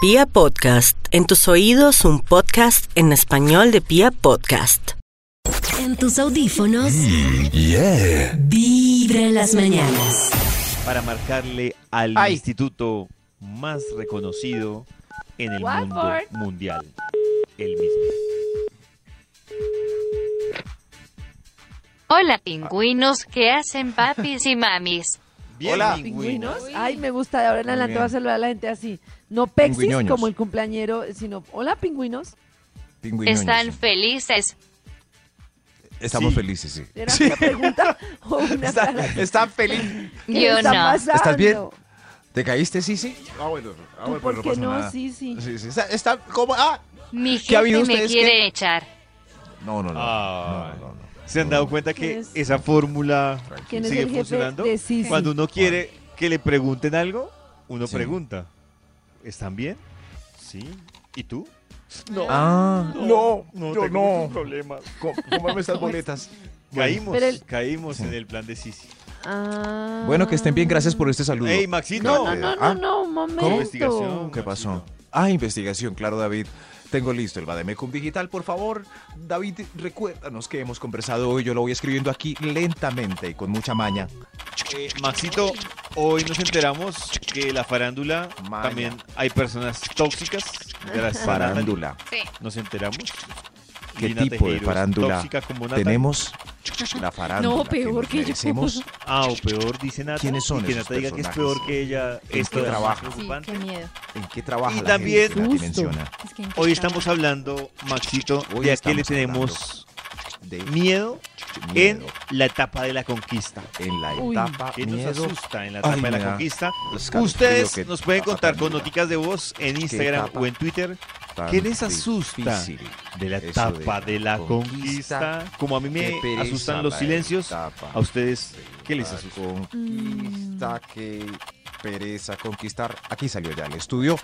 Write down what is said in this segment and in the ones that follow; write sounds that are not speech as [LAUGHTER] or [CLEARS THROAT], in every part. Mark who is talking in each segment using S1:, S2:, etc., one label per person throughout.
S1: Pia Podcast, en tus oídos un podcast en español de Pia Podcast.
S2: En tus audífonos,
S3: Yeah.
S2: vibra en las mañanas.
S4: para marcarle al
S5: Ay.
S4: instituto más reconocido en el mundo
S5: Watford.
S4: mundial. El mismo.
S6: Hola pingüinos, ¿qué hacen papis y mamis?
S5: Hola.
S7: Pingüinos. Ay, me gusta. De ahora en adelante va a saludar a la gente así. No pexis
S3: Pingüiñoños.
S7: como el cumpleañero, sino hola pingüinos.
S3: Pingüinos.
S6: ¿Están felices?
S3: Estamos
S5: Sí.
S3: felices, sí.
S7: [LAUGHS] ¿Era una pregunta o
S3: [LAUGHS]
S7: una
S5: Está,
S7: cara?
S5: está feliz.
S7: ¿Qué le
S6: Yo
S7: está
S6: no.
S7: pasando?
S3: ¿Estás bien? ¿Te caíste, Sisi?
S5: Ah, bueno. Ah,
S7: ¿Tú ¿Por qué no? Sí, sí.
S5: Sí, sí, está, está como. Ah,
S6: Mi
S5: ¿Qué ha habido
S6: jefe me
S5: ustedes
S6: quiere echar.
S3: No, no, no.
S4: Ah.
S3: No, no, no.
S4: ¿Se han dado cuenta que
S7: ¿Quién es?
S4: esa fórmula
S7: ¿Quién es
S4: sigue
S7: el jefe
S4: funcionando?
S7: de Sisi?
S4: Cuando uno quiere que le pregunten algo, uno
S3: Sí.
S4: pregunta, ¿están bien? Sí. ¿Y tú?
S3: Ah,
S5: no,
S4: no,
S5: yo
S4: tengo
S5: no.
S4: muchos problemas.
S3: co- cómame estas boletas.
S4: Caímos,
S7: Pero el-
S4: caímos
S3: Sí.
S4: en el plan de Sisi.
S7: Ah.
S3: Bueno, que estén bien, gracias por este saludo.
S4: ¡Ey, Maxito!
S7: No, no, no,
S3: Ah.
S7: no, no, un
S4: Investigación.
S7: momento.
S3: ¿Qué pasó? Ah, investigación, claro, David. Tengo listo el Bademecum Digital, por favor. David, recuérdanos que hemos conversado hoy. Yo lo voy escribiendo aquí lentamente y con mucha maña.
S4: Eh, Maxito, hoy nos enteramos que la farándula
S3: Maña.
S4: también hay personas tóxicas. Gracias a Natalie.
S3: Farándula.
S4: Nos enteramos.
S3: ¿Qué tipo de
S4: Tejero es
S3: farándula
S4: tóxica como Nata.
S3: Tenemos la farándula.
S7: No, peor que yo.
S3: merecemos.
S4: Ah, o peor, dice Nata.
S3: ¿Quiénes son
S4: Y que
S3: esos
S4: Nata diga que es
S3: personajes?
S4: peor que ella.
S3: ¿En
S4: esto
S3: qué
S4: es más
S3: trabaja?
S4: preocupante.
S3: ¿En qué trabaja
S4: Y
S3: la
S4: también-
S3: gente? Nati menciona.
S4: Hoy estamos hablando, Maxito,
S3: Hoy
S4: de a qué le
S3: estamos
S4: tenemos
S3: De
S4: miedo,
S3: miedo.
S4: en la etapa de la conquista.
S3: en la
S7: Uy.
S3: etapa
S4: ¿Qué nos
S3: miedo.
S4: asusta en la etapa
S3: Ay,
S4: de la
S3: me da
S4: conquista?
S3: escalofrío que
S4: Ustedes nos pueden
S3: pasa
S4: contar
S3: por
S4: con
S3: mi vida.
S4: noticas de voz en Instagram
S3: etapa?
S4: o en Twitter
S3: Tan
S4: ¿Qué les asusta
S3: difícil.
S4: de la
S3: Eso
S4: etapa de la conquista. Como a mí
S3: Qué
S4: me
S3: pereza
S4: asustan los
S3: la
S4: silencios,
S3: etapa
S4: a ustedes, ¿qué
S3: de
S4: les
S3: la
S4: asusta?
S3: Conquista,
S7: Mm.
S3: qué pereza conquistar. Aquí salió ya el estudio.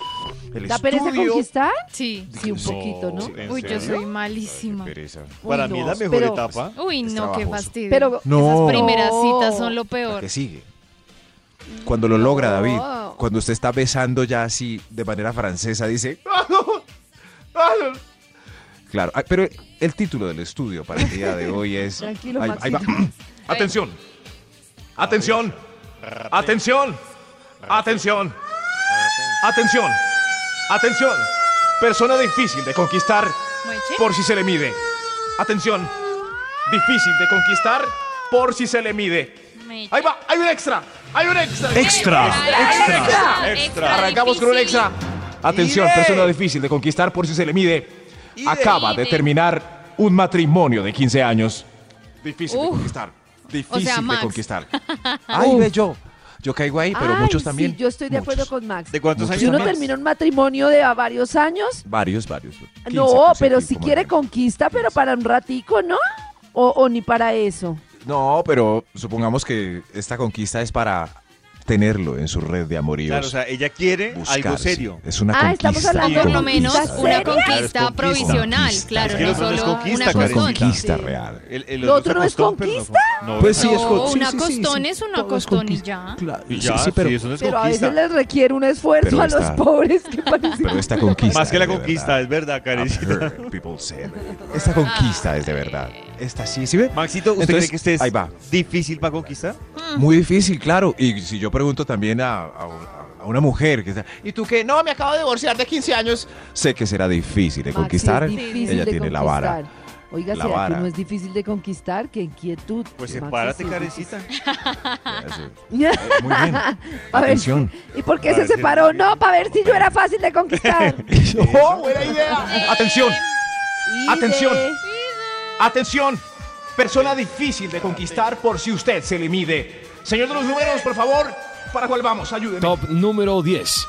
S3: El
S7: ¿Da pereza
S3: estudio-
S7: conquistar?
S8: Sí.
S7: Sí, un
S3: No,
S7: poquito, ¿no?
S3: sí, ¿en
S8: Uy, yo
S3: serio?
S8: soy malísima.
S3: Qué pereza.
S7: Uy,
S4: Para mí
S7: no,
S4: es la mejor
S7: pero-
S4: etapa.
S8: Uy,
S3: Es
S8: no, qué
S3: trabajoso.
S8: fastidio.
S7: Pero
S3: No.
S8: Esas primeras
S7: No.
S8: citas son lo
S3: La
S8: peor.
S3: que sigue. Cuando lo logra David,
S7: No.
S3: cuando usted está besando ya así de manera francesa, dice. "Ah, no, ah, no". Claro, ah, pero el título del estudio para el día de hoy es.
S7: [LAUGHS] Tranquilo,
S3: Ahí- ahí va. [CLEARS THROAT] Atención, atención,
S9: Atención, atención, atención, atención. Persona difícil de conquistar
S8: Mueche.
S9: por si se le mide. Atención, difícil de conquistar por si se le mide.
S6: Me-
S9: Ahí va, hay un extra, hay un extra.
S6: Extra, extra.
S9: Arrancamos con un extra. Atención,
S3: Mide.
S9: persona difícil de conquistar por si se le mide. Acaba de
S6: Mide.
S9: terminar un matrimonio de 15 años. Difícil de
S8: Uf.
S9: conquistar. Difícil de
S8: Max.
S9: conquistar.
S7: [LAUGHS]
S3: Ay, ve yo. Yo caigo ahí, pero
S7: Ay,
S3: muchos también.
S7: Sí, yo estoy de acuerdo
S3: muchos.
S7: con Max.
S4: ¿De cuántos
S3: Muchos
S7: Si
S4: años?
S7: uno
S4: más?
S7: termina un matrimonio de a varios años,
S3: Varios, varios. 15,
S7: No, pero
S3: 15,
S7: si
S3: como
S7: quiere
S3: ejemplo.
S7: conquista, pero para un ratico, ¿no? O, o ni para eso.
S3: No, pero supongamos que esta conquista es para tenerlo en su red de amoríos.
S4: Claro, o sea, ella quiere
S3: buscar,
S4: algo
S3: sí.
S4: serio.
S3: Es una
S7: Ah,
S3: conquista.
S7: estamos hablando
S8: Por
S7: de
S8: lo menos
S7: ¿Conquista
S8: una
S7: seria?
S8: conquista
S4: Claro, es conquista.
S8: provisional,
S3: Conquista,
S8: claro,
S4: es que
S8: no
S4: lo otro es
S8: solo
S4: conquista,
S8: una
S3: una
S4: Karen.
S8: costón.
S3: conquista
S7: Sí.
S3: real.
S4: El,
S7: Lo otro no es
S4: costón, pero
S7: conquista.
S4: No, no,
S3: Pues sí, es
S8: No,
S3: con-
S8: una
S3: sí, sí, sí, sí.
S8: costón es una
S3: Todo es
S8: costón y
S3: conquista.
S8: ya.
S3: Claro,
S4: Y
S3: sí,
S4: ya,
S3: sí, pero,
S4: sí, eso no es
S7: Pero a
S4: conquista.
S7: veces les requiere un esfuerzo
S3: Pero
S7: a los
S3: está-
S7: pobres [LAUGHS] que parece
S3: pero esta conquista.
S4: [LAUGHS] Más que la
S3: es de
S4: conquista, es verdad,
S3: verdad.
S4: Karencita.
S3: I've heard people say it. Esta conquista es de verdad. Esta sí, ¿sí ve?
S4: Maxito, ¿usted
S3: Entonces,
S4: cree que este es
S3: ahí va.
S4: difícil para conquistar?
S3: Muy difícil, claro. Y si yo pregunto también a, a- a una mujer que está, ¿y tú qué? No, me acabo de divorciar de 15 años. Sé que será difícil de conquistar. Ella tiene la vara.
S7: Oiga,
S3: La
S7: ¿será
S3: vara.
S7: que no es difícil de conquistar? ¡Qué inquietud!
S4: Pues
S7: Maxi,
S4: sepárate,
S7: sí. [LAUGHS]
S4: Karencita.
S3: Eso. Eh, Muy bien.
S7: A ver,
S3: Atención.
S7: ¿y por qué
S4: Para
S7: se
S4: ver si-
S7: separó? No, para ver si yo era fácil
S3: [LAUGHS]
S7: de conquistar.
S9: ¡Oh, buena idea! [LAUGHS] Atención.
S7: Y
S9: Atención.
S7: de-
S9: Atención, persona difícil de conquistar por si usted se le mide. Señor de los números, por favor, ¿para cuál vamos? Ayúdeme. Top número 10.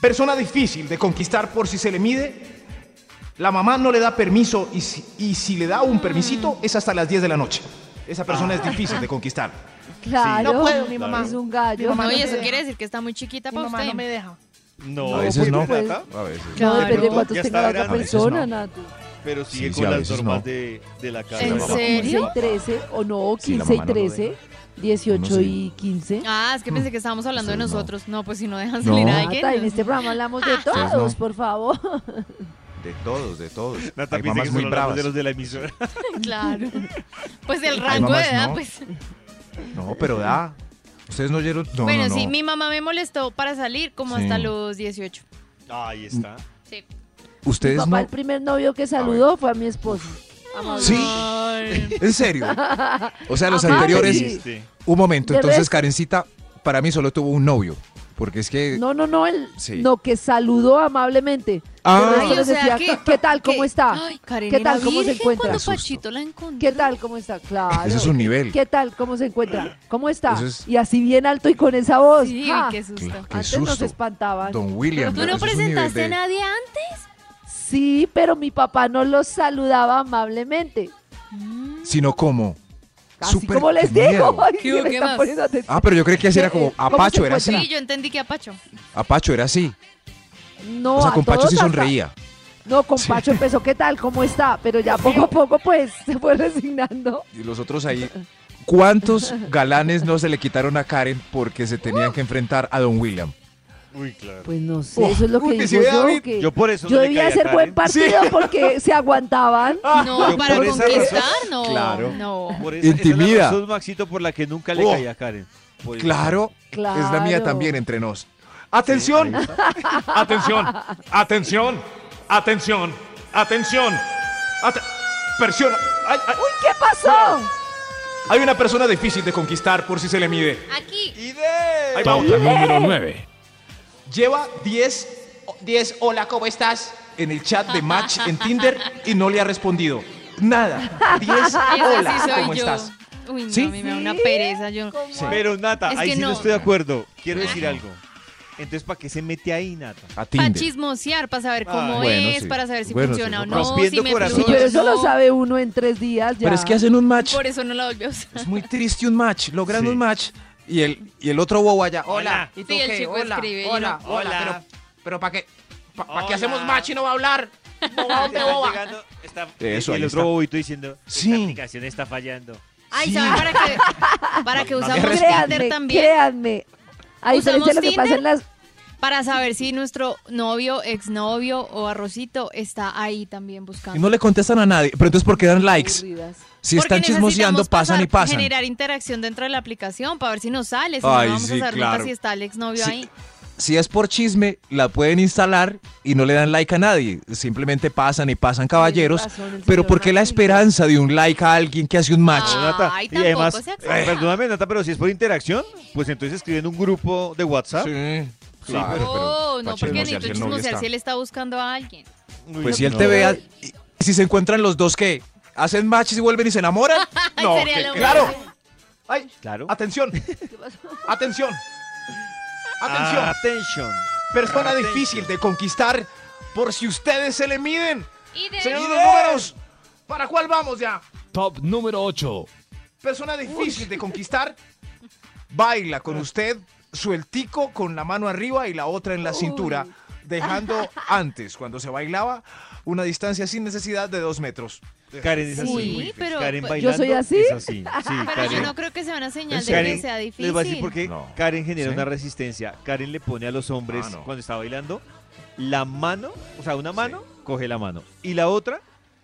S9: Persona difícil de conquistar por si se le mide. La mamá no le da permiso y si, y si le da un permisito es hasta las 10 de la noche. Esa persona es difícil de conquistar.
S7: Claro,
S4: Sí, no puedo,
S7: mi
S4: claro.
S7: mamá es un gallo.
S8: No, y eso quiere decir que está muy chiquita para usted.
S4: No,
S3: A veces no.
S4: porque Nata-
S3: A veces.
S7: No,
S4: pues.
S8: Claro.
S7: depende de cuántos
S4: Ya
S7: tenga
S4: está
S7: la otra
S4: grande.
S3: A veces no.
S7: persona, Nati.
S4: pero sigue
S3: Sí, sí,
S4: con
S3: a
S4: las
S3: veces
S4: normas
S3: no.
S4: de, de la casa.
S8: ¿En
S4: Mamá.
S7: 15
S8: serio?
S7: y 13, o no,
S3: Sí, la
S7: 15 y
S3: mamá no lo
S7: 13, 18 y 15.
S8: Ah, es que pensé que estábamos hablando de
S3: Ustedes no.
S8: nosotros. No, pues si no dejan
S3: No.
S8: salir a alguien. Ah.
S7: Nata, en este programa hablamos de
S3: no.
S7: todos, por favor.
S3: De todos, de todos.
S4: Nata
S3: Hay
S4: piensa que
S3: mamás muy
S4: solo hablamos
S3: bravas.
S4: de los de la emisora. [LAUGHS]
S3: [LAUGHS]
S8: Claro. Pues el rango
S3: mamás,
S8: de edad,
S3: no.
S8: pues.
S3: No, pero da. Ustedes no oyeron. No,
S8: bueno,
S3: no, no.
S8: sí, mi mamá me molestó para salir como
S3: Sí.
S8: hasta los 18.
S4: Ah, Ahí está.
S6: Sí.
S7: Mi
S3: Ustedes
S7: papá,
S3: no.
S7: el primer novio que saludó fue a mi esposo. Amable.
S3: Sí.
S8: Ay.
S3: En serio. O sea, los
S7: Ajá,
S3: anteriores.
S7: sí.
S4: Sí.
S3: Un momento.
S7: De
S3: Entonces,
S7: resto-
S3: Karencita, para mí solo tuvo un novio. Porque es que.
S7: No, no, no, el,
S3: Eh, Sí.
S7: no, que saludó amablemente.
S3: Ah.
S7: El resto
S8: Ay, o
S7: les
S8: sea,
S7: decía,
S8: que-
S7: ¿qué, qué tal? ¿Cómo
S8: que-
S7: está?
S8: Ay, Karen
S7: ¿Qué
S8: era
S7: tal? ¿Cómo se
S8: virgen
S7: encuentra?
S8: cuando
S3: Asusto.
S8: Pachito la encontró.
S7: ¿Qué tal? ¿Cómo está? Claro.
S3: Ese es un nivel.
S7: ¿Qué tal? ¿Cómo se encuentra? ¿Cómo está?
S3: Eso es-
S7: Y así bien alto y con esa voz.
S8: Sí,
S7: ¡Ja!
S8: qué susto.
S3: Claro. Qué
S7: Antes nos
S3: susto.
S7: espantaban.
S3: Don William.
S8: ¿Tú no
S3: eso es un nivel
S8: presentaste
S3: de-
S8: a nadie antes?
S7: Sí, pero mi papá no los saludaba amablemente.
S3: Sino como.
S7: Así
S3: Súper
S7: como les
S3: miedo.
S7: digo. [LAUGHS] Ay,
S8: ¿Qué
S7: que
S8: hubo?
S7: me
S8: ¿Qué
S7: están
S8: más?
S7: poniendo atención.
S3: Ah, pero yo creí que así
S7: [LAUGHS]
S3: era como.
S7: Eh, ¿cómo
S3: Apacho
S7: se
S3: era
S7: encuentra?
S8: Pues Sí,
S3: así.
S8: yo entendí que a Pacho.
S3: Apacho era así.
S7: No,
S3: Ah, O sea,
S7: a
S3: con Pacho
S7: todos
S3: sí
S7: hasta-
S3: sonreía.
S7: No, con
S3: Sí.
S7: Pacho empezó, ¿qué tal? ¿Cómo está? Pero ya poco a poco, pues, [LAUGHS] se fue resignando.
S3: Y los otros ahí.
S7: [LAUGHS]
S3: ¿Cuántos galanes no se le quitaron a Karen porque se tenían que
S7: ¡Uh!
S3: enfrentar a Don William?
S4: Uy, claro.
S7: Pues no sé,
S3: Uf,
S7: eso es lo que
S3: uy,
S7: digo
S3: si vea,
S7: yo.
S3: David,
S7: que
S4: Yo por eso
S7: yo
S4: no le
S7: debía
S4: caí a
S7: ser buen
S3: ¿eh?
S4: Karen.
S7: partido porque se aguantaban.
S8: No,
S4: yo
S8: para
S4: por esa
S8: conquistar, no.
S3: Claro.
S8: No.
S4: Por esa, Intimida.
S3: Intimida.
S4: razón, Maxito, por la que nunca le
S3: Oh.
S4: caía a Karen. Pues, Por eso.
S3: Claro, es la mía
S7: Claro.
S3: también entre nos.
S9: Atención, [LAUGHS] atención, atención, atención, atención. Ate- persona- hay, hay-
S7: ¡Uy, qué pasó!
S9: hay una persona difícil de conquistar por si se le mide.
S6: Aquí.
S9: Ahí va otra.
S10: número 9.
S9: Lleva 10, 10, hola, ¿cómo estás? En el chat de Match en Tinder y no le ha respondido. Nada. 10,
S8: [LAUGHS]
S9: hola,
S8: Esa sí soy
S9: ¿cómo
S8: yo.
S9: estás?
S8: Uy, no,
S3: ¿Sí?
S8: a mí me da una pereza. Yo...
S4: Pero Nata,
S8: Es
S4: ahí
S8: que
S4: sí no.
S8: no.
S4: estoy de acuerdo. Quiero decir algo. Entonces, ¿para qué se mete ahí, Nata?
S3: A
S8: Para
S3: Tinder.
S8: chismosear, para saber cómo
S4: Ah,
S3: bueno,
S8: es,
S3: sí.
S8: para saber si
S3: Bueno,
S8: funciona
S3: sí,
S8: o
S3: sí.
S8: no, si
S4: Rompiendo
S8: me
S4: corazones.
S8: fluye
S7: Pero
S8: o
S7: eso
S8: no.
S7: lo sabe uno en tres días ya.
S3: Pero es que hacen un match.
S8: Por eso no la volvió a usar.
S3: Es muy triste un match. Logran
S4: Sí.
S3: un match y el, y el otro bobo allá. Hola.
S8: Sí, el chico escribe. y no.
S4: Hola.
S9: Pero ¿para qué? ¿Para
S4: Hola.
S9: y no va a hablar?
S4: Está llegando, está-
S3: Eso,
S4: y
S3: ahí
S4: el
S3: está.
S4: otro bobito diciendo,
S3: Sí.
S4: esta aplicación está fallando.
S8: Ay,
S3: Sí.
S8: ¿saben para qué? Para que usamos Tinder
S7: créanme,
S8: también.
S7: créanme. A diferencia de lo que
S8: ¿Usamos
S7: pasa en las...
S8: Para saber si nuestro novio, exnovio o arrocito está ahí también buscando.
S3: Y no le contestan a nadie. Pero entonces, ¿por qué dan likes?
S7: aburridas.
S3: Si están
S8: Porque necesitamos
S3: chismoseando, pasan y
S8: pasar-
S3: pasan.
S8: Generar interacción dentro de la aplicación para ver si nos sale, si no,
S3: Ay,
S8: vamos
S3: sí,
S8: a saber nunca
S3: claro.
S8: si está el exnovio
S3: Sí.
S8: ahí.
S3: Si es por chisme, la pueden instalar y no le dan like a nadie. Simplemente pasan y pasan caballeros.
S7: razón, el
S3: Pero
S7: señor
S3: ¿por qué la
S7: Martín.
S3: esperanza de un like a alguien que hace un match?
S8: Ah.
S4: Nata,
S8: Ay,
S4: y además,
S8: tampoco se exagera.
S4: eh, perdóname Nata, pero si es por interacción, pues entonces escriben un grupo de WhatsApp.
S3: Sí.
S4: claro,
S3: [LAUGHS] pero
S8: oh,
S3: para
S8: no, porque
S3: chismosear si
S8: necesito
S3: el novio
S8: chismosear
S3: está.
S8: si él está buscando a alguien. [LAUGHS]
S4: Uy,
S3: Pues si él
S4: no.
S3: te vea, y- si se encuentran los dos que hacen match y se vuelven y se enamoran.
S7: [LAUGHS]
S8: Ay,
S9: No,
S8: sería
S9: que-
S8: lo
S9: claro.
S8: bueno.
S9: Ay,
S4: Claro.
S9: atención. Atención. Atención.
S4: Ah, Atención.
S9: Persona difícil de conquistar por si ustedes se le miden.
S6: Y de
S9: Señor de los números, ¿para cuál vamos ya?
S10: Top número 8.
S9: Persona difícil de conquistar. Baila con usted sueltico con la mano arriba y la otra en la cintura,
S8: [LAUGHS]
S9: dejando antes, cuando se bailaba, una distancia sin necesidad de dos metros.
S4: Karen es así.
S8: Sí, pero-
S4: Karen
S8: pero-
S7: ¿Yo soy
S4: bailando
S7: así?
S4: Es así. Sí,
S8: Pero yo
S4: Karen.
S8: no creo que sea una señal de que
S4: Karen,
S8: sea difícil.
S4: les voy a decir por qué
S3: No.
S4: Karen genera
S3: ¿Sí?
S4: una resistencia. Karen le pone a los hombres,
S3: Ah, no.
S4: cuando está bailando, la mano, o sea, una mano, coge la mano. Y la otra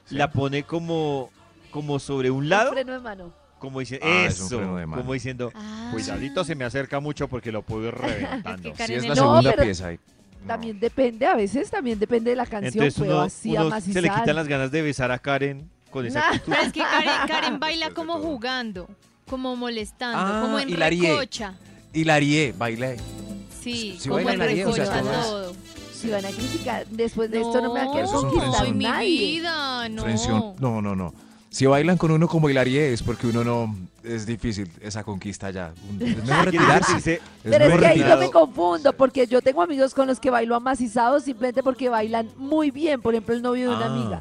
S3: Sí.
S4: la pone como, como sobre un lado,
S7: Freno de mano.
S4: como diciendo,
S3: Ah, es un
S4: eso,
S3: freno de mano.
S4: como diciendo,
S8: Ah.
S4: cuidadito se me acerca mucho porque lo puedo ir reventando.
S8: Es que
S3: Si
S8: Karen
S3: es la
S8: es-
S7: No,
S3: segunda
S7: pero-
S3: pieza. ahí. No.
S7: También depende, a veces también depende de la canción.
S4: Entonces
S7: pero
S4: uno,
S7: así
S4: uno
S7: a
S4: se le quitan las ganas de besar a Karen con esa
S7: Nah.
S4: actitud.
S8: Pero es que Karen,
S3: [LAUGHS]
S8: Karen baila
S3: Después de
S8: como
S3: todo.
S8: jugando, como molestando,
S3: Ah,
S8: como en
S3: y la haría.
S8: recocha.
S3: Y la haría, baila. Si
S8: Sí, como
S3: baila
S8: en
S3: la haría, o sea,
S8: recocha
S3: todo es-
S8: todo.
S7: Si van a criticar, después de esto no me va a querer
S3: eso es un
S7: conquistar
S8: ay, mi
S7: nadie.
S8: vida, no.
S3: Frención. No, no, no. Si bailan con uno como Hilarie es porque uno no es difícil esa conquista ya. Un- Es
S4: [LAUGHS]
S3: mejor
S4: Quiere
S3: retirarse.
S4: sentirse-
S3: Es
S7: Pero es
S3: mejor
S7: que ahí yo
S3: retirarse.
S7: me confundo, porque yo tengo amigos con los que bailo amacizados simplemente porque bailan muy bien, por ejemplo, el novio de una
S3: Ah.
S7: amiga.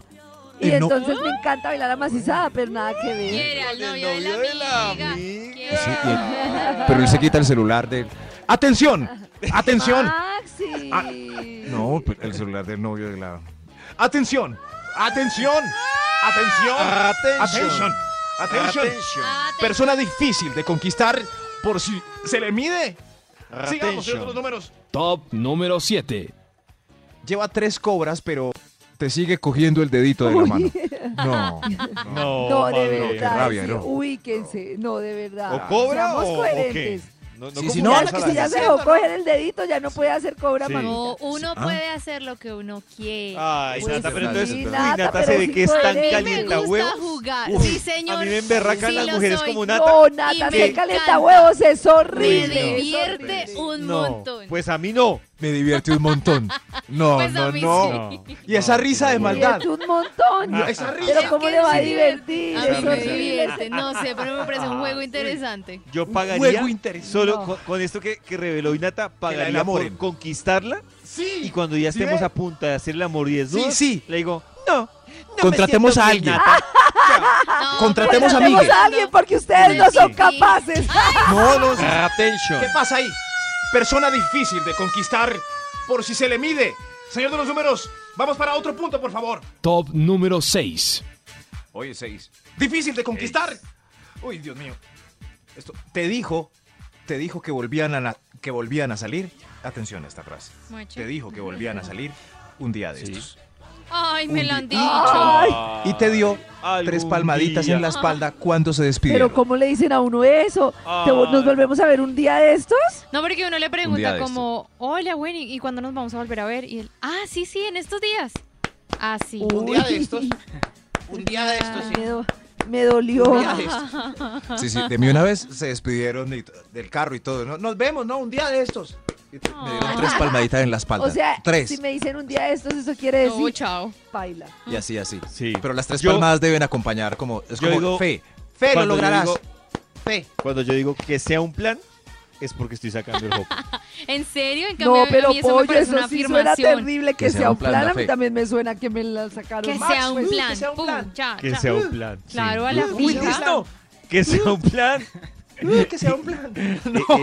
S7: Y
S3: El no-
S7: entonces me encanta bailar amacizada, pero nada que ver.
S8: Quiere al
S4: Con el
S8: novio de
S4: novio de la
S8: la amiga.
S4: amiga.
S8: Quiere-
S3: Sí, y él- pero él se quita el celular de
S9: Atención,
S7: [LAUGHS]
S9: atención,
S7: Maxi.
S3: Ah, pues, No, el celular del novio de la.
S9: atención, Atención. Atención.
S4: Atención.
S9: Atención. Atención.
S4: Atención.
S9: Persona difícil de conquistar por si se le mide. Sigamos, señor de los números.
S10: Top número 7.
S3: Lleva tres cobras, pero te sigue cogiendo el dedito de la mano. No.
S4: No,
S7: No, de
S4: Pablo,
S7: verdad.
S3: qué rabia,
S7: sí,
S3: ¿no?
S7: Ubíquense. No, de verdad.
S4: ¿O cobra
S7: Seamos
S4: o, o qué?
S7: coherentes.
S4: No,
S3: Sí, sí, no,
S4: como que
S7: Ya,
S3: la
S4: esa
S7: que
S3: que
S7: si
S3: estás
S7: ya se dejó coger el dedito, ya no puede hacer cobra,
S4: Sí.
S7: mamita.
S8: No, uno
S3: Ah.
S8: puede hacer lo que uno quiere.
S4: Ay,
S7: Pues
S4: Nata, pero
S3: sí,
S4: entonces, uy,
S7: Nata,
S4: Nata se
S7: pero
S4: ve
S7: sí
S4: que es tan
S7: puede.
S8: me
S4: calienta
S8: gusta
S4: huevos.
S8: jugar.
S4: Uf,
S8: sí, señor.
S4: a mí me emberracan
S8: Sí
S4: las
S8: lo
S4: mujeres
S8: soy.
S4: como Nata.
S7: No, Nata,
S8: Y
S7: hacer
S8: me
S7: calenta
S8: encanta.
S7: huevos es
S8: Me
S7: horrible. es
S8: divierte
S7: horrible.
S8: un
S4: No,
S8: montón.
S4: Pues a mí no.
S3: Me divierte un montón. No,
S8: Pues a
S3: no,
S8: mí
S3: no.
S8: sí.
S3: [LAUGHS] Y esa risa de
S7: Me
S3: maldad.
S7: divierte un montón.
S4: Ah, esa
S7: Pero ¿cómo
S8: Es que
S7: le va a
S8: me
S7: divertir?
S8: A
S7: Es
S8: mí me
S7: horrible.
S8: divierte. No sé, pero me parece un
S4: Ah,
S8: juego interesante.
S4: Yo pagaría
S3: juego interesante.
S4: solo con, con esto que, que reveló Inata, pagaría por
S3: enamoren.
S4: conquistarla y
S9: Sí.
S4: cuando ya
S9: ¿Sí
S4: estemos
S9: ve?
S4: a punta de hacer el amor y desnudos,
S3: sí.
S4: le digo, no, no me
S3: Contratemos
S4: siento
S3: a
S4: bien,
S3: alguien.
S4: Nata.
S8: No,
S3: Contratemos
S8: pero-
S3: a Miguel.
S7: Tenemos Ah, pues, a alguien porque ustedes no son
S8: Sí.
S7: capaces.
S9: No, no.
S3: Atención.
S9: ¿Qué pasa ahí? Persona difícil de conquistar por si se le mide. Señor de los números, vamos para otro punto, por favor.
S10: Top número 6.
S3: Oye, seis.
S9: Difícil de conquistar. Uy, Dios mío.
S3: Esto, te dijo, te dijo que volvían a, na- que volvían a salir. Atención a esta frase.
S8: Mucho.
S3: Te dijo que volvían a salir un día de estos.
S8: Ay, me lo han dicho.
S7: Ay,
S4: Ah.
S3: Y te dio
S4: Algún
S3: tres palmaditas
S4: día.
S3: en la espalda cuando se despidieron.
S7: pero ¿cómo le dicen a uno eso? ¿Te- ¿Nos volvemos a ver un día de estos?
S8: No, porque uno le
S3: día
S8: pregunta
S3: de
S8: como, hola, bueno, ¿y y cuándo nos vamos a volver a ver? Y él, ah, sí, sí, en estos días. Ah, sí.
S7: Uy,
S5: Un día de
S9: [LAUGHS]
S5: estos. Un día de estos, sí.
S7: me, do- me dolió.
S5: Un día de estos.
S3: Sí, sí, de mí una vez se despidieron y t- del carro y todo. ¿no? Nos vemos, ¿no? Un día de estos. Y t- Me dieron tres palmaditas en la espalda.
S7: O sea,
S3: tres.
S7: si me dicen un día de estos, eso quiere decir
S8: No, chao.
S7: baila.
S3: Y así, así.
S4: Sí.
S3: Pero las tres
S4: Yo-
S3: palmadas deben acompañar como. Es
S4: yo
S3: como
S4: digo- [LAUGHS]
S3: fe. Fe, lo
S4: Cuando yo
S3: lograrás.
S4: digo-
S3: fe.
S4: Cuando yo digo que sea un plan, es porque estoy sacando el hopo.
S8: ¿En serio? En cambio,
S7: No, pero
S8: a mí eso
S7: pollo,
S8: me parece
S7: eso
S8: una
S7: sí suena
S8: afirmación.
S7: terrible que, sea un plan. a mí
S3: fe.
S7: también me suena que me la sacaron.
S8: Que
S7: mal,
S8: sea un
S7: pues.
S8: plan.
S7: sea un
S8: Pum,
S7: plan.
S8: ya,
S4: Que
S8: ya.
S4: sea un plan. sí.
S8: Ah, Claro, a la
S4: Uy,
S8: fija.
S4: listo. Que sea un plan. Eh,
S9: Que sea un [LAUGHS] plan.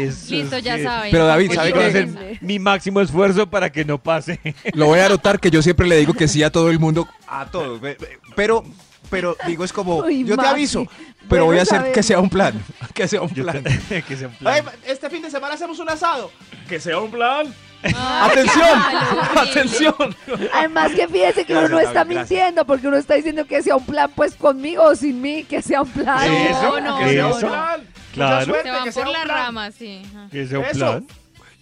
S4: Eso
S8: Listo, ya
S4: sí.
S8: saben.
S3: Pero, David,
S4: Voy
S3: ¿sabe
S4: a
S3: qué?
S4: hacer mi máximo esfuerzo para que no pase.
S3: Lo voy a anotar que yo siempre le digo que sí a todo el mundo. A
S4: [LAUGHS]
S3: todos. ve- ve- Pero, pero digo, es como,
S7: Uy,
S3: yo te
S7: Maxi,
S3: aviso, pero
S7: bueno
S3: voy a hacer
S7: saberlo.
S3: que sea un plan. [LAUGHS] Que sea un
S4: [LAUGHS]
S3: plan.
S4: que sea un plan.
S9: Ay, este fin de semana hacemos un asado. Que sea un plan.
S3: [LAUGHS]
S8: Ay, [LAUGHS]
S7: [LAUGHS]
S9: Atención.
S8: qué horrible.
S9: Atención.
S7: Además que fíjense que uno no
S3: Gracias,
S7: está
S3: David, gracias.
S7: mintiendo, porque uno está diciendo que sea un plan pues conmigo o sin mí, que sea un plan.
S8: No,
S4: Eso,
S8: no,
S4: que sea
S8: no,
S4: un
S8: no.
S4: plan. Claro.
S9: suerte,
S8: Se van
S9: que sea
S8: por
S9: un
S8: las
S9: plan.
S8: ramas, sí. ajá.
S4: Que sea un
S9: Eso.
S4: plan.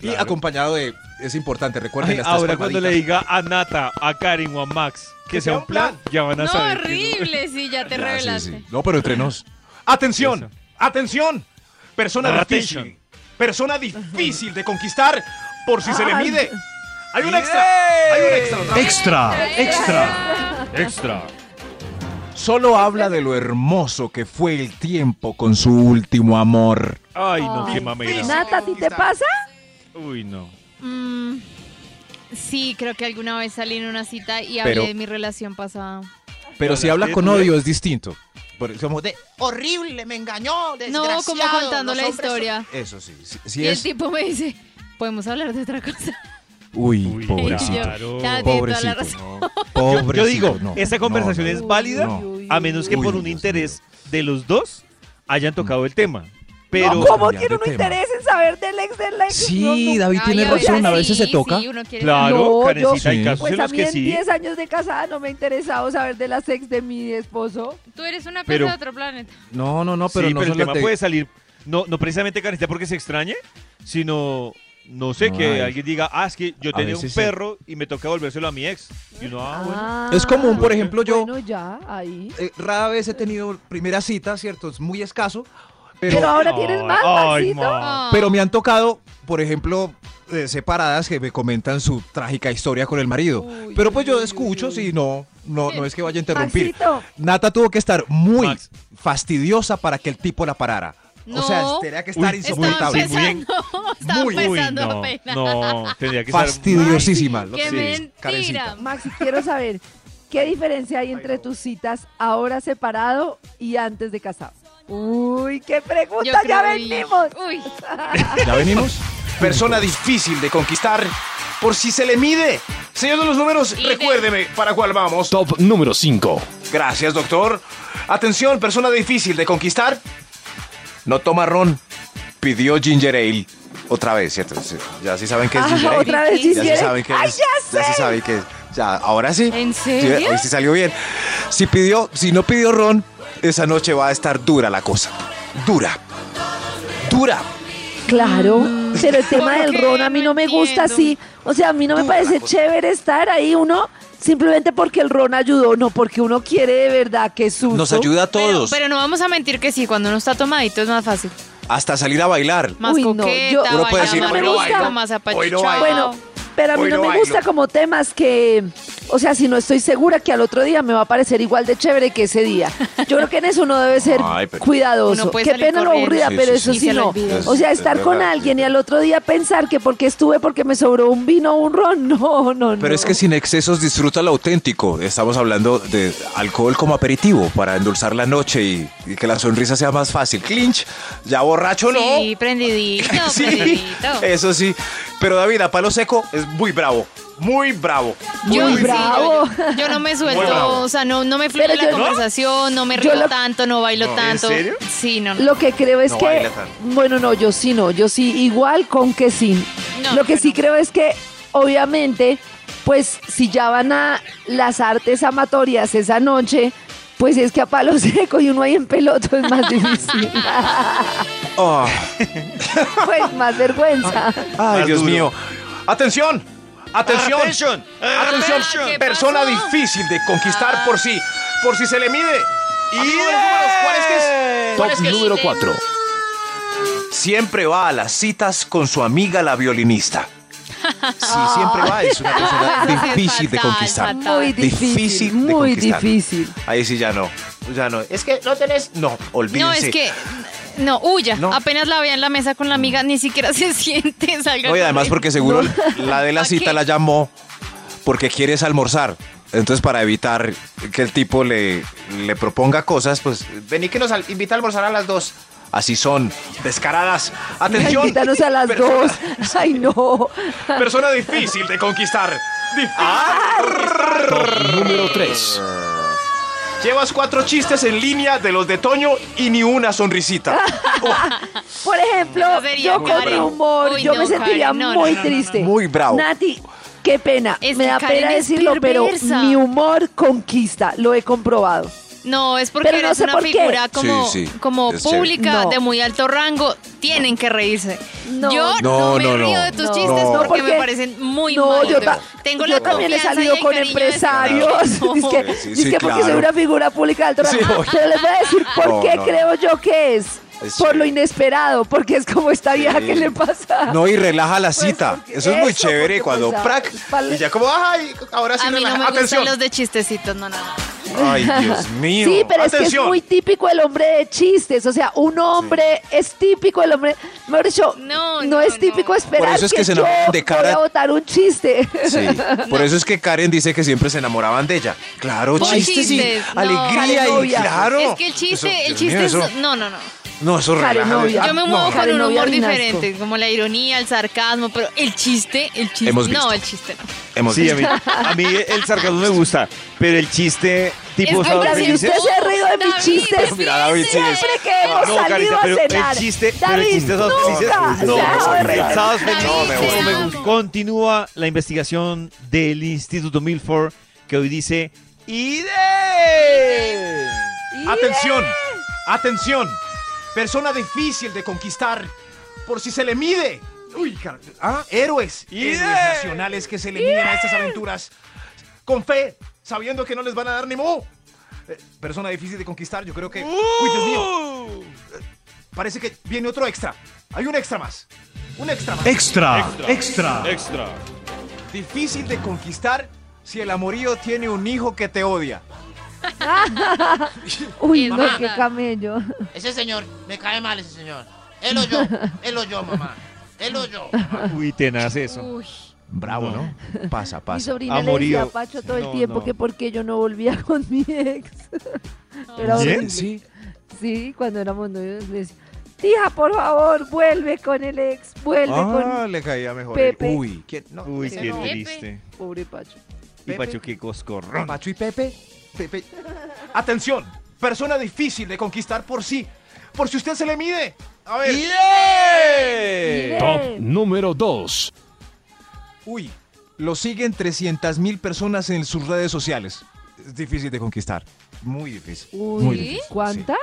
S3: Y acompañado de. Es importante, recuerden
S4: Ay,
S3: las tres
S4: ahora cuando le
S3: palmaditas.
S4: diga a Nata, a Karin o a Max que, sea un plan, ya van a
S8: No,
S4: saber. que
S8: horrible, sí, ya te
S3: Ah, sí,
S8: revelaste.
S3: sí. No, pero entre nos.
S9: Atención. Atención. Persona
S4: Attention.
S9: difícil. Persona difícil de conquistar por si se le
S7: Ay.
S9: mide. Hay un extra. Hay un extra. otra vez.
S10: Extra, extra, extra.
S3: Solo habla de lo hermoso que fue el tiempo con su último amor.
S4: Ay, no,
S7: Ay,
S4: qué mamera.
S7: Nata, ¿a ti te pasa?
S4: Uy, no.
S8: Mm, sí, creo que alguna vez salí en una cita y hablé
S3: Pero-
S8: de mi relación pasada.
S3: Pero si habla con odio es distinto. Por- Como de.
S5: Horrible, me engañó,
S8: No,
S5: desgraciado.
S8: como contando
S5: los
S8: la
S5: hombres son-
S8: historia.
S3: Eso sí. Si,
S8: Y
S3: si
S8: el
S3: es.
S8: tipo me dice, ¿podemos hablar de otra cosa? [LAUGHS]
S3: Uy,
S8: Y yo,
S3: pobrecito.
S8: ya, tiene toda la
S3: Pobrecito.
S8: razón.
S3: Pobrecito.
S4: [LAUGHS] Yo digo,
S3: no,
S4: esa conversación
S3: no, no.
S4: es válida
S3: no.
S4: a menos que
S3: Uy,
S4: por un
S3: Dios
S4: interés de los dos hayan tocado el tema. Pero
S7: No, ¿Cómo
S3: Cambiar
S7: tiene
S3: de
S7: uno
S3: tema.
S7: interés en saber del ex del ex? No,
S3: Sí,
S7: no.
S3: David
S8: Ay,
S3: tiene
S8: a veces
S3: razón, a veces se
S8: sí,
S3: toca.
S8: sí, uno quiere
S4: claro,
S7: No, yo-
S4: Karencita, hay
S3: Sí.
S4: casos
S7: Pues
S4: en
S7: a
S4: los
S7: mí
S4: que
S7: en
S4: sí.
S7: 10 años de casada no me ha interesado saber de las ex de mi esposo.
S8: saber. Tú eres una
S4: Pero-
S8: persona de otro planeta.
S3: No, no, no, pero
S4: sí,
S3: no
S4: pero
S3: son
S4: el
S3: las
S4: tema
S3: de-
S4: puede salir, no, no precisamente Karencita porque se extrañe, sino, no sé,
S3: No,
S4: que
S3: ay.
S4: alguien diga, ah, es que yo
S3: A
S4: tenía un
S3: veces sí.
S4: perro y me toca devolvérselo a mi ex. Y uno, ah, bueno.
S3: Es común, por ejemplo, yo
S7: Bueno, ya, ahí.
S3: eh, rara vez he tenido primera cita, ¿cierto? Es muy escaso. Pero,
S7: Pero, Ah, ahora tienes más,
S4: Ay,
S7: Maxito.
S4: ma.
S3: Ah, pero me han tocado, por ejemplo, eh, separadas que me comentan su trágica historia con el marido.
S7: Uy,
S3: pero pues
S7: uy,
S3: yo
S7: uy,
S3: escucho,
S7: uy.
S3: si no, no, no es que vaya a interrumpir.
S7: Maxito,
S3: Nata tuvo que estar muy
S4: Max.
S3: fastidiosa para que el tipo la parara. O
S8: No.
S3: sea, tenía que estar
S4: Uy,
S8: Estaba
S3: insoportable.
S4: muy bien.
S8: empezando, [LAUGHS] estaba
S3: Muy,
S4: Uy,
S8: empezando
S4: no,
S8: apenas.
S4: no, tendría que estar
S3: Fastidiosísima. lo
S8: Qué
S3: que es,
S8: mentira.
S3: carecita.
S7: Maxi, quiero saber, ¿qué diferencia hay entre tus citas ahora separado y antes de casado? Uy, qué
S8: Yo
S7: pregunta, ya
S8: creo y-
S7: venimos.
S8: Uy,
S3: ¿Ya venimos?
S9: Persona difícil de conquistar por si se le mide. Señor de los números, recuérdeme para cuál vamos.
S10: Top número 5.
S9: Gracias, doctor. Atención, persona difícil de conquistar.
S3: No toma ron. Pidió ginger ale. Otra vez, ¿cierto? Sí, Ya sí saben qué es
S7: Ah,
S3: ginger ale.
S7: otra vez
S3: Ya
S7: ginger
S3: sí
S7: ale.
S3: saben qué
S7: ¡Ay,
S3: es.
S7: ya
S3: sí
S7: sé!
S3: saben qué es. Ya, ahora sí.
S7: ¿En
S3: Sí,
S7: serio?
S3: Ahí sí salió bien. Si pidió, si no pidió ron, esa noche va a estar dura la cosa. Dura. Dura.
S7: Claro, pero [LAUGHS] el tema del ron a mí no me gusta así. O sea, a mí no me parece chévere estar ahí uno simplemente porque el ron ayudó, no porque uno quiere de verdad que susto.
S3: Nos ayuda a todos.
S8: Pero no vamos a mentir que sí, cuando uno está tomadito es más fácil.
S3: Hasta salir a bailar.
S8: Más
S7: Uy, no,
S8: coqueta,
S7: yo-
S3: Uno puede
S8: baila
S3: decir,
S8: más
S3: hoy no
S8: rico,
S3: bailo,
S8: más
S3: hoy no
S8: apachuchado.
S3: bailo.
S7: Bueno, pero a mí
S3: Hoy
S7: no,
S3: no
S7: me
S3: bailo.
S7: gusta como temas que, o sea, si no estoy segura que al otro día me va a parecer igual de chévere que ese día. Yo creo que en eso uno debe ser
S3: Ay, pero-
S7: cuidadoso.
S8: Uno puede
S7: Qué
S8: salir
S7: pena lo
S8: corriendo.
S7: aburrida,
S3: Sí,
S7: pero
S3: sí,
S7: eso
S8: sí.
S7: sí,
S8: Y se lo
S7: no.
S8: olvida.
S7: O sea,
S3: Es- es
S7: estar con
S3: verdad,
S7: alguien
S3: sí.
S7: y al otro día pensar que porque estuve, porque me sobró un vino o un ron, [LAUGHS] no, no, no.
S3: Pero es que sin excesos disfruta lo auténtico. Estamos hablando de alcohol como aperitivo para endulzar la noche y, y que la sonrisa sea más fácil. Clinch, ya borracho [LAUGHS]
S8: Sí, prendidito,
S3: no.
S8: prendidito.
S3: eso sí. Pero David, a palo seco es muy bravo. Muy bravo.
S8: Yo,
S7: Muy
S8: sí,
S7: bravo.
S8: yo- yo no me
S3: Muy bravo.
S8: suelto, o sea, no, no me fluye
S7: Pero
S8: la
S7: yo-
S8: conversación, no me
S7: Yo
S8: río
S7: lo-
S8: tanto, no bailo
S3: No, ¿en
S8: tanto.
S3: serio?
S8: Sí, no, no.
S7: Lo que creo es
S3: No
S7: que,
S3: baila tanto.
S7: bueno, no, yo sí no, yo sí igual con que sin.
S8: No,
S7: Lo que
S8: yo
S7: sí
S8: no.
S7: creo es que, obviamente, pues si ya van a las artes amatorias esa noche, pues es que a palo [LAUGHS] seco y uno ahí en peloto es
S3: [LAUGHS]
S7: más difícil. [LAUGHS]
S3: Ah,
S7: pues más vergüenza.
S3: ay,
S4: Más
S3: Dios
S4: duro.
S3: mío.
S9: Atención, atención,
S4: Atención.
S9: atención.
S8: Ah, ¿qué
S9: Persona
S8: pasó?
S9: difícil de conquistar por sí, por si se le mide. Y
S4: Amigo de
S9: números, ¿cuál es que es?
S10: Top número 4.
S3: Siempre va a las citas con su amiga la violinista. Sí, siempre va. Es una persona
S8: Eso [LAUGHS] sí es
S3: difícil de
S8: fatal,
S3: conquistar.
S8: fatal.
S7: Muy difícil.
S3: Difícil de
S7: muy
S3: conquistar.
S7: difícil.
S3: Ahí sí ya no. Ya no. Es que no tenés. No, olvídense.
S8: No, es que. No, huya.
S3: No.
S8: Apenas la vea en la mesa con la amiga, ni siquiera [LAUGHS] se siente. Salga
S3: No, y además porque seguro la de la
S8: ¿Pa'
S3: cita
S8: qué?
S3: la llamó porque quieres almorzar. Entonces, para evitar que el tipo le, le proponga cosas, pues vení que nos al- invita a almorzar a las dos. Así son,
S8: [LAUGHS]
S3: descaradas.
S7: Ay,
S3: Atención,
S7: Quítanos a
S3: [LAUGHS]
S7: las dos. Ay, no.
S9: Persona difícil de conquistar. Difícil de conquistar.
S10: Top número 3.
S9: Llevas cuatro chistes en línea de los de Toño y ni
S8: [LAUGHS]
S9: una sonrisita.
S7: Por ejemplo,
S8: No sería
S7: yo con mi
S8: Karen.
S7: humor,
S8: Uy,
S7: yo
S8: no,
S7: me sentiría
S8: Karen, no, no,
S7: muy
S8: no, no,
S7: triste.
S3: no. Muy bravo.
S7: Nati, qué pena.
S8: Es
S7: me
S8: que
S7: da
S8: Karen
S7: pena
S8: es
S7: decirlo,
S8: perversa.
S7: pero mi humor conquista. Lo he comprobado.
S8: No, es porque
S7: Pero no
S8: eres
S7: sé
S8: una
S7: por qué.
S8: figura como,
S3: Sí, sí,
S8: como
S3: es chévere.
S8: pública
S7: No.
S8: de muy alto rango. Tienen que reírse.
S7: No.
S8: Yo
S3: No,
S8: no, me
S3: no,
S8: río
S3: no.
S8: de tus
S7: No.
S8: chistes
S3: No.
S8: porque,
S7: Porque-
S8: me parecen muy
S7: no,
S8: malos.
S7: yo ta-
S8: Tengo
S7: yo
S8: la
S7: también he
S8: confianza
S7: salido
S8: y el
S7: con
S8: cariño de-
S7: empresarios. [LAUGHS]
S8: No.
S7: Dice que,
S3: Sí, sí,
S7: dice
S3: sí,
S7: que porque soy
S3: claro.
S7: una figura pública de alto rango.
S3: Sí, oye.
S7: Pero les voy a decir por
S3: No,
S7: qué
S3: no, no.
S7: creo yo que es.
S3: Es
S7: por lo
S3: chévere.
S7: inesperado, porque es como esta vieja
S3: Sí.
S7: que le pasa.
S3: no, y relaja la
S7: Pues,
S3: cita.
S7: porque-
S3: eso es muy
S7: eso,
S3: chévere
S7: porque,
S3: cuando
S7: pues, a-
S3: prac.
S7: pal-
S3: Y ya como, ay, ahora sí
S8: A mí no
S3: relaja.
S8: me
S3: Atención.
S8: gustan los de chistecitos, no, no, no.
S7: [LAUGHS]
S3: Ay, Dios mío.
S7: Sí, pero es que es
S9: Atención.
S7: muy típico el hombre de chistes. O sea, un hombre es típico el hombre. Mejor dicho, no,
S8: No,
S7: no,
S8: no,
S7: es típico
S8: no.
S7: esperar
S3: Por eso es
S7: que,
S3: que se
S7: yo
S3: enamoran de cara.
S7: voy a botar un chiste. [LAUGHS]
S3: Sí, por eso es que Karen dice que siempre se enamoraban de ella. Claro,
S8: Por
S3: chistes y
S8: chistes, no.
S3: alegría y
S7: Carenovia.
S3: claro.
S8: Es que el chiste,
S3: Eso,
S8: el
S3: Dios mío,
S8: chiste es.
S3: eso-
S8: No, no, no.
S3: No, eso relaja.
S7: Carenovia.
S3: Ah,
S8: Yo me
S3: no,
S8: muevo con un
S7: Karen, no voy a
S8: humor
S7: orinasco.
S8: diferente, como la ironía, el sarcasmo, pero el chiste, el chiste.
S3: Hemos
S8: No,
S3: visto.
S8: el chiste no.
S3: hemos
S4: Sí, a
S3: visto.
S4: mí, a mí el sarcasmo me gusta, pero el chiste tipo ¿sabes
S8: Es muy
S4: lo que
S7: David,
S8: gracioso.
S4: dices?
S7: usted se ha reído de mis
S8: David,
S7: chistes.
S8: pero mira,
S3: sí
S8: David,
S3: es-
S7: Siempre que hemos
S4: No,
S7: salido
S4: Carita,
S7: a
S4: pero el
S7: cenar.
S4: chiste- pero el
S7: David,
S4: chiste esos
S7: nunca
S4: felices-
S7: se ha
S4: No,
S7: dejado de reír.
S4: Sábados felices.
S8: No, me voy.
S4: No me
S8: Te
S4: gusta.
S8: amo.
S4: Continúa la investigación del Instituto Milford que hoy dice ¡IDE!
S9: Atención, atención. Persona difícil de conquistar por si se le mide. Uy, car- ah, héroes, héroes nacionales que se le miden a estas aventuras. Con fe, sabiendo que no les van a dar ni mo. Eh, persona difícil de conquistar, yo creo que. Uy, Dios mío.
S3: Uh.
S9: Eh, Parece que viene otro extra. Hay un extra más. Un extra más.
S10: Extra. Extra.
S9: Difícil de conquistar si el amorío tiene un hijo que te odia.
S7: Uy,
S8: Es
S7: no,
S8: verdad.
S7: qué camello.
S5: Ese señor, me cae mal ese señor. Él o yo, él o yo, mamá. Él o yo.
S4: Uy, tenaz eso.
S8: Uy.
S3: Bravo, ¿no? Pasa,
S7: Mi
S3: pasa.
S7: sobrina le
S4: Amorío.
S7: decía a Pacho todo el
S4: No,
S7: tiempo
S4: no.
S7: que por qué yo no volvía [LAUGHS] con mi ex. Era
S4: ¿Sí?
S7: horrible.
S3: Sí.
S7: Sí, cuando éramos novios le decía, Tija, por favor, vuelve con el ex, vuelve
S3: Ah,
S7: con...
S3: le caía mejor.
S7: Pepe.
S3: Uy, ¿quién? No,
S4: Uy,
S3: ese
S4: qué
S3: no.
S4: triste.
S7: Pobre Pacho.
S4: Y Pacho, qué coscorrón.
S3: Pacho y Pepe. Pepe.
S9: Atención, persona difícil de conquistar por sí, por si usted se le mide. A ver.
S5: Eh,
S3: ¡Bien!
S10: Top número 2.
S3: Uy, lo siguen 300 mil personas en sus redes sociales. Es difícil de conquistar. Muy difícil. Muy
S8: Uy,
S3: difícil.
S7: ¿Cuántas?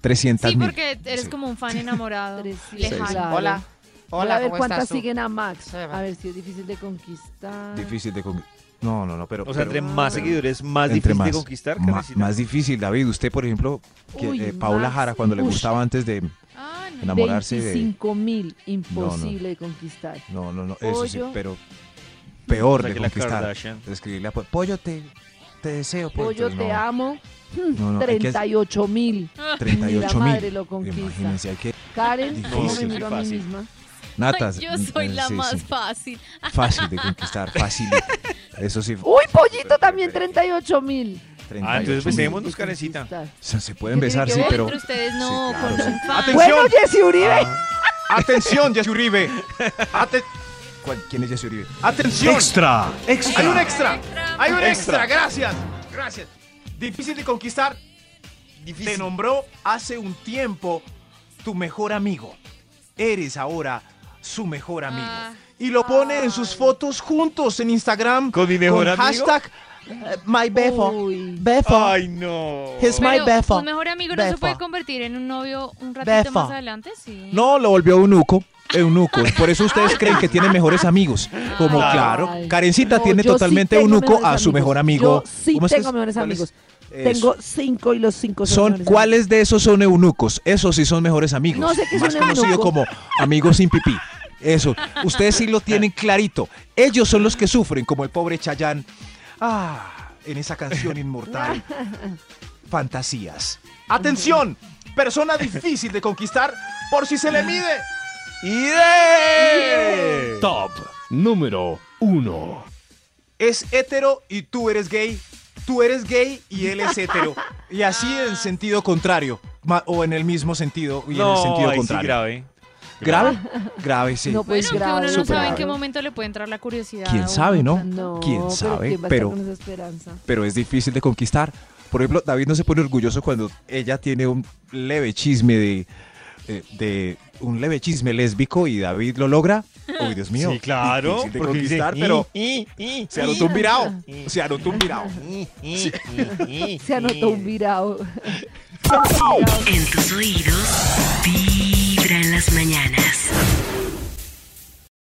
S3: 300
S8: Sí,
S3: mil.
S8: porque eres
S3: Sí.
S8: como un
S7: [LAUGHS]
S8: fan enamorado. lejano.
S7: Claro.
S5: Hola.
S7: Voy
S5: Hola,
S7: a ver
S5: ¿cómo
S7: cuántas
S5: estás tú?
S7: siguen a Max.
S5: Se va.
S7: A ver si es difícil de conquistar.
S3: Difícil de conquistar. No, no, no, pero...
S4: O sea, entre
S3: pero-
S4: más
S3: pero-
S4: seguidores, más
S3: entre
S4: difícil de conquistar.
S3: ma-
S4: Karencita.
S3: más difícil, David. Usted, por ejemplo, que,
S7: Uy,
S3: eh, Paula
S7: Max.
S3: Jara, cuando le
S7: Ush.
S3: gustaba antes de
S8: Ah, no.
S3: enamorarse de...
S7: 25 mil, imposible de conquistar.
S3: No, no, no, eso sí,
S7: Pollo.
S3: pero
S4: O
S3: peor
S4: sea,
S3: de
S4: que la
S3: conquistar.
S4: Kardashian.
S3: Escribirle a Po- Pollo, te, te deseo.
S7: Pollo,
S3: Entonces,
S7: te
S3: pues, no,
S7: amo. [LAUGHS]
S3: No, no, hay que-
S7: 38 mil.
S3: 38
S7: Ni la
S3: mil.
S7: madre lo conquista.
S3: Imagínense, hay que...
S7: Karen,
S3: Difícil.
S7: ¿cómo me miro a mí
S4: Fácil.
S7: misma?
S3: Natas.
S8: Yo soy
S3: eh,
S8: la
S3: sí,
S8: más
S3: sí.
S8: fácil.
S3: Fácil de conquistar,
S7: [LAUGHS]
S3: fácil. Eso sí.
S7: Uy, Pollito también 38 mil.
S3: 38
S4: Ah, entonces
S3: mil.
S4: besémonos, Karencita.
S3: O sea, se pueden besar, sí,
S8: Yo
S3: pero.
S8: entre ustedes no,
S3: Sí, claro,
S8: con
S3: sí.
S8: un fan.
S9: Atención.
S7: Bueno, Jessy Uribe.
S9: Atención, Jesse Uribe. Ate-
S3: ¿Cuál- ¿Quién es Jesse Uribe?
S9: atención.
S10: Extra.
S9: Hay un
S10: Extra.
S9: extra. Hay un
S4: Extra.
S9: extra. Gracias. Gracias. Difícil de conquistar. Te nombró hace un tiempo tu mejor amigo. Eres ahora su mejor amigo.
S8: Ah.
S9: Y lo pone en sus fotos juntos en Instagram.
S4: ¿Con mi mejor amigo?
S9: Hashtag eh, my befo.
S7: Uy.
S9: Befo.
S4: Ay, no.
S9: His my
S8: Pero,
S9: befo.
S8: ¿Un mejor amigo no se
S9: Befo.
S8: puede convertir en un novio un ratito
S9: Befo.
S8: más adelante? Sí.
S3: No, lo volvió eunuco. Eunuco. Por eso ustedes creen que tienen mejores amigos. Como
S4: Ay.
S3: claro, Karencita
S7: No,
S3: tiene
S7: yo sí
S3: totalmente
S7: tengo
S3: eunuco
S7: mejores
S3: a su
S7: amigos.
S3: mejor amigo.
S7: Yo sí
S3: ¿Cómo es que
S7: tengo
S3: es?
S7: mejores
S3: ¿Cuál es?
S7: amigos.
S3: Eso.
S7: Tengo cinco y los cinco son,
S3: Son
S7: mejores
S3: cuáles de esos son eunucos. Esos sí son mejores amigos.
S7: No sé qué es
S3: Más
S7: un
S3: conocido
S7: eunuco.
S3: como amigos sin pipí. Eso. Ustedes sí lo tienen clarito. Ellos son los que sufren, como el pobre Chayán. Ah, en esa canción inmortal.
S7: [LAUGHS]
S3: Fantasías.
S9: Atención. Persona difícil de conquistar por si se
S7: [LAUGHS]
S9: le mide.
S3: ¡Y
S10: Top número 1.
S9: es hetero y tú eres gay. Tú eres gay y él es hetero.
S3: Y así
S4: Ah.
S3: en sentido contrario. ma- O en el mismo sentido y en el sentido
S4: ahí sí
S3: contrario.
S4: grave.
S3: grave. Grave, sí.
S7: No, pues
S8: Bueno, que uno
S7: grave.
S8: no
S3: Súper
S8: sabe en
S3: grave.
S8: qué momento le puede entrar la curiosidad.
S3: ¿Quién
S8: a uno
S3: sabe, no?
S8: tanto.
S7: No,
S3: ¿Quién
S7: pero
S3: sabe?
S7: ¿quién va a estar
S3: Pero-
S7: con esa esperanza?
S3: pero es difícil de conquistar. Por ejemplo, David no se pone orgulloso cuando ella tiene un leve chisme de, eh, de- un leve chisme lésbico y David lo logra. Uy, Dios mío.
S4: Sí, claro.
S3: Difícil de
S4: porque dice,
S3: conquistar,
S4: "Y,
S3: pero
S4: y, y,
S3: se
S4: y".
S3: anotó un virado.
S4: Sí.
S3: Se anotó un virado.
S4: Y, y, y,
S7: [LAUGHS]
S4: y,
S7: Se anotó un virado.
S2: En tus oídos, vibra en las mañanas.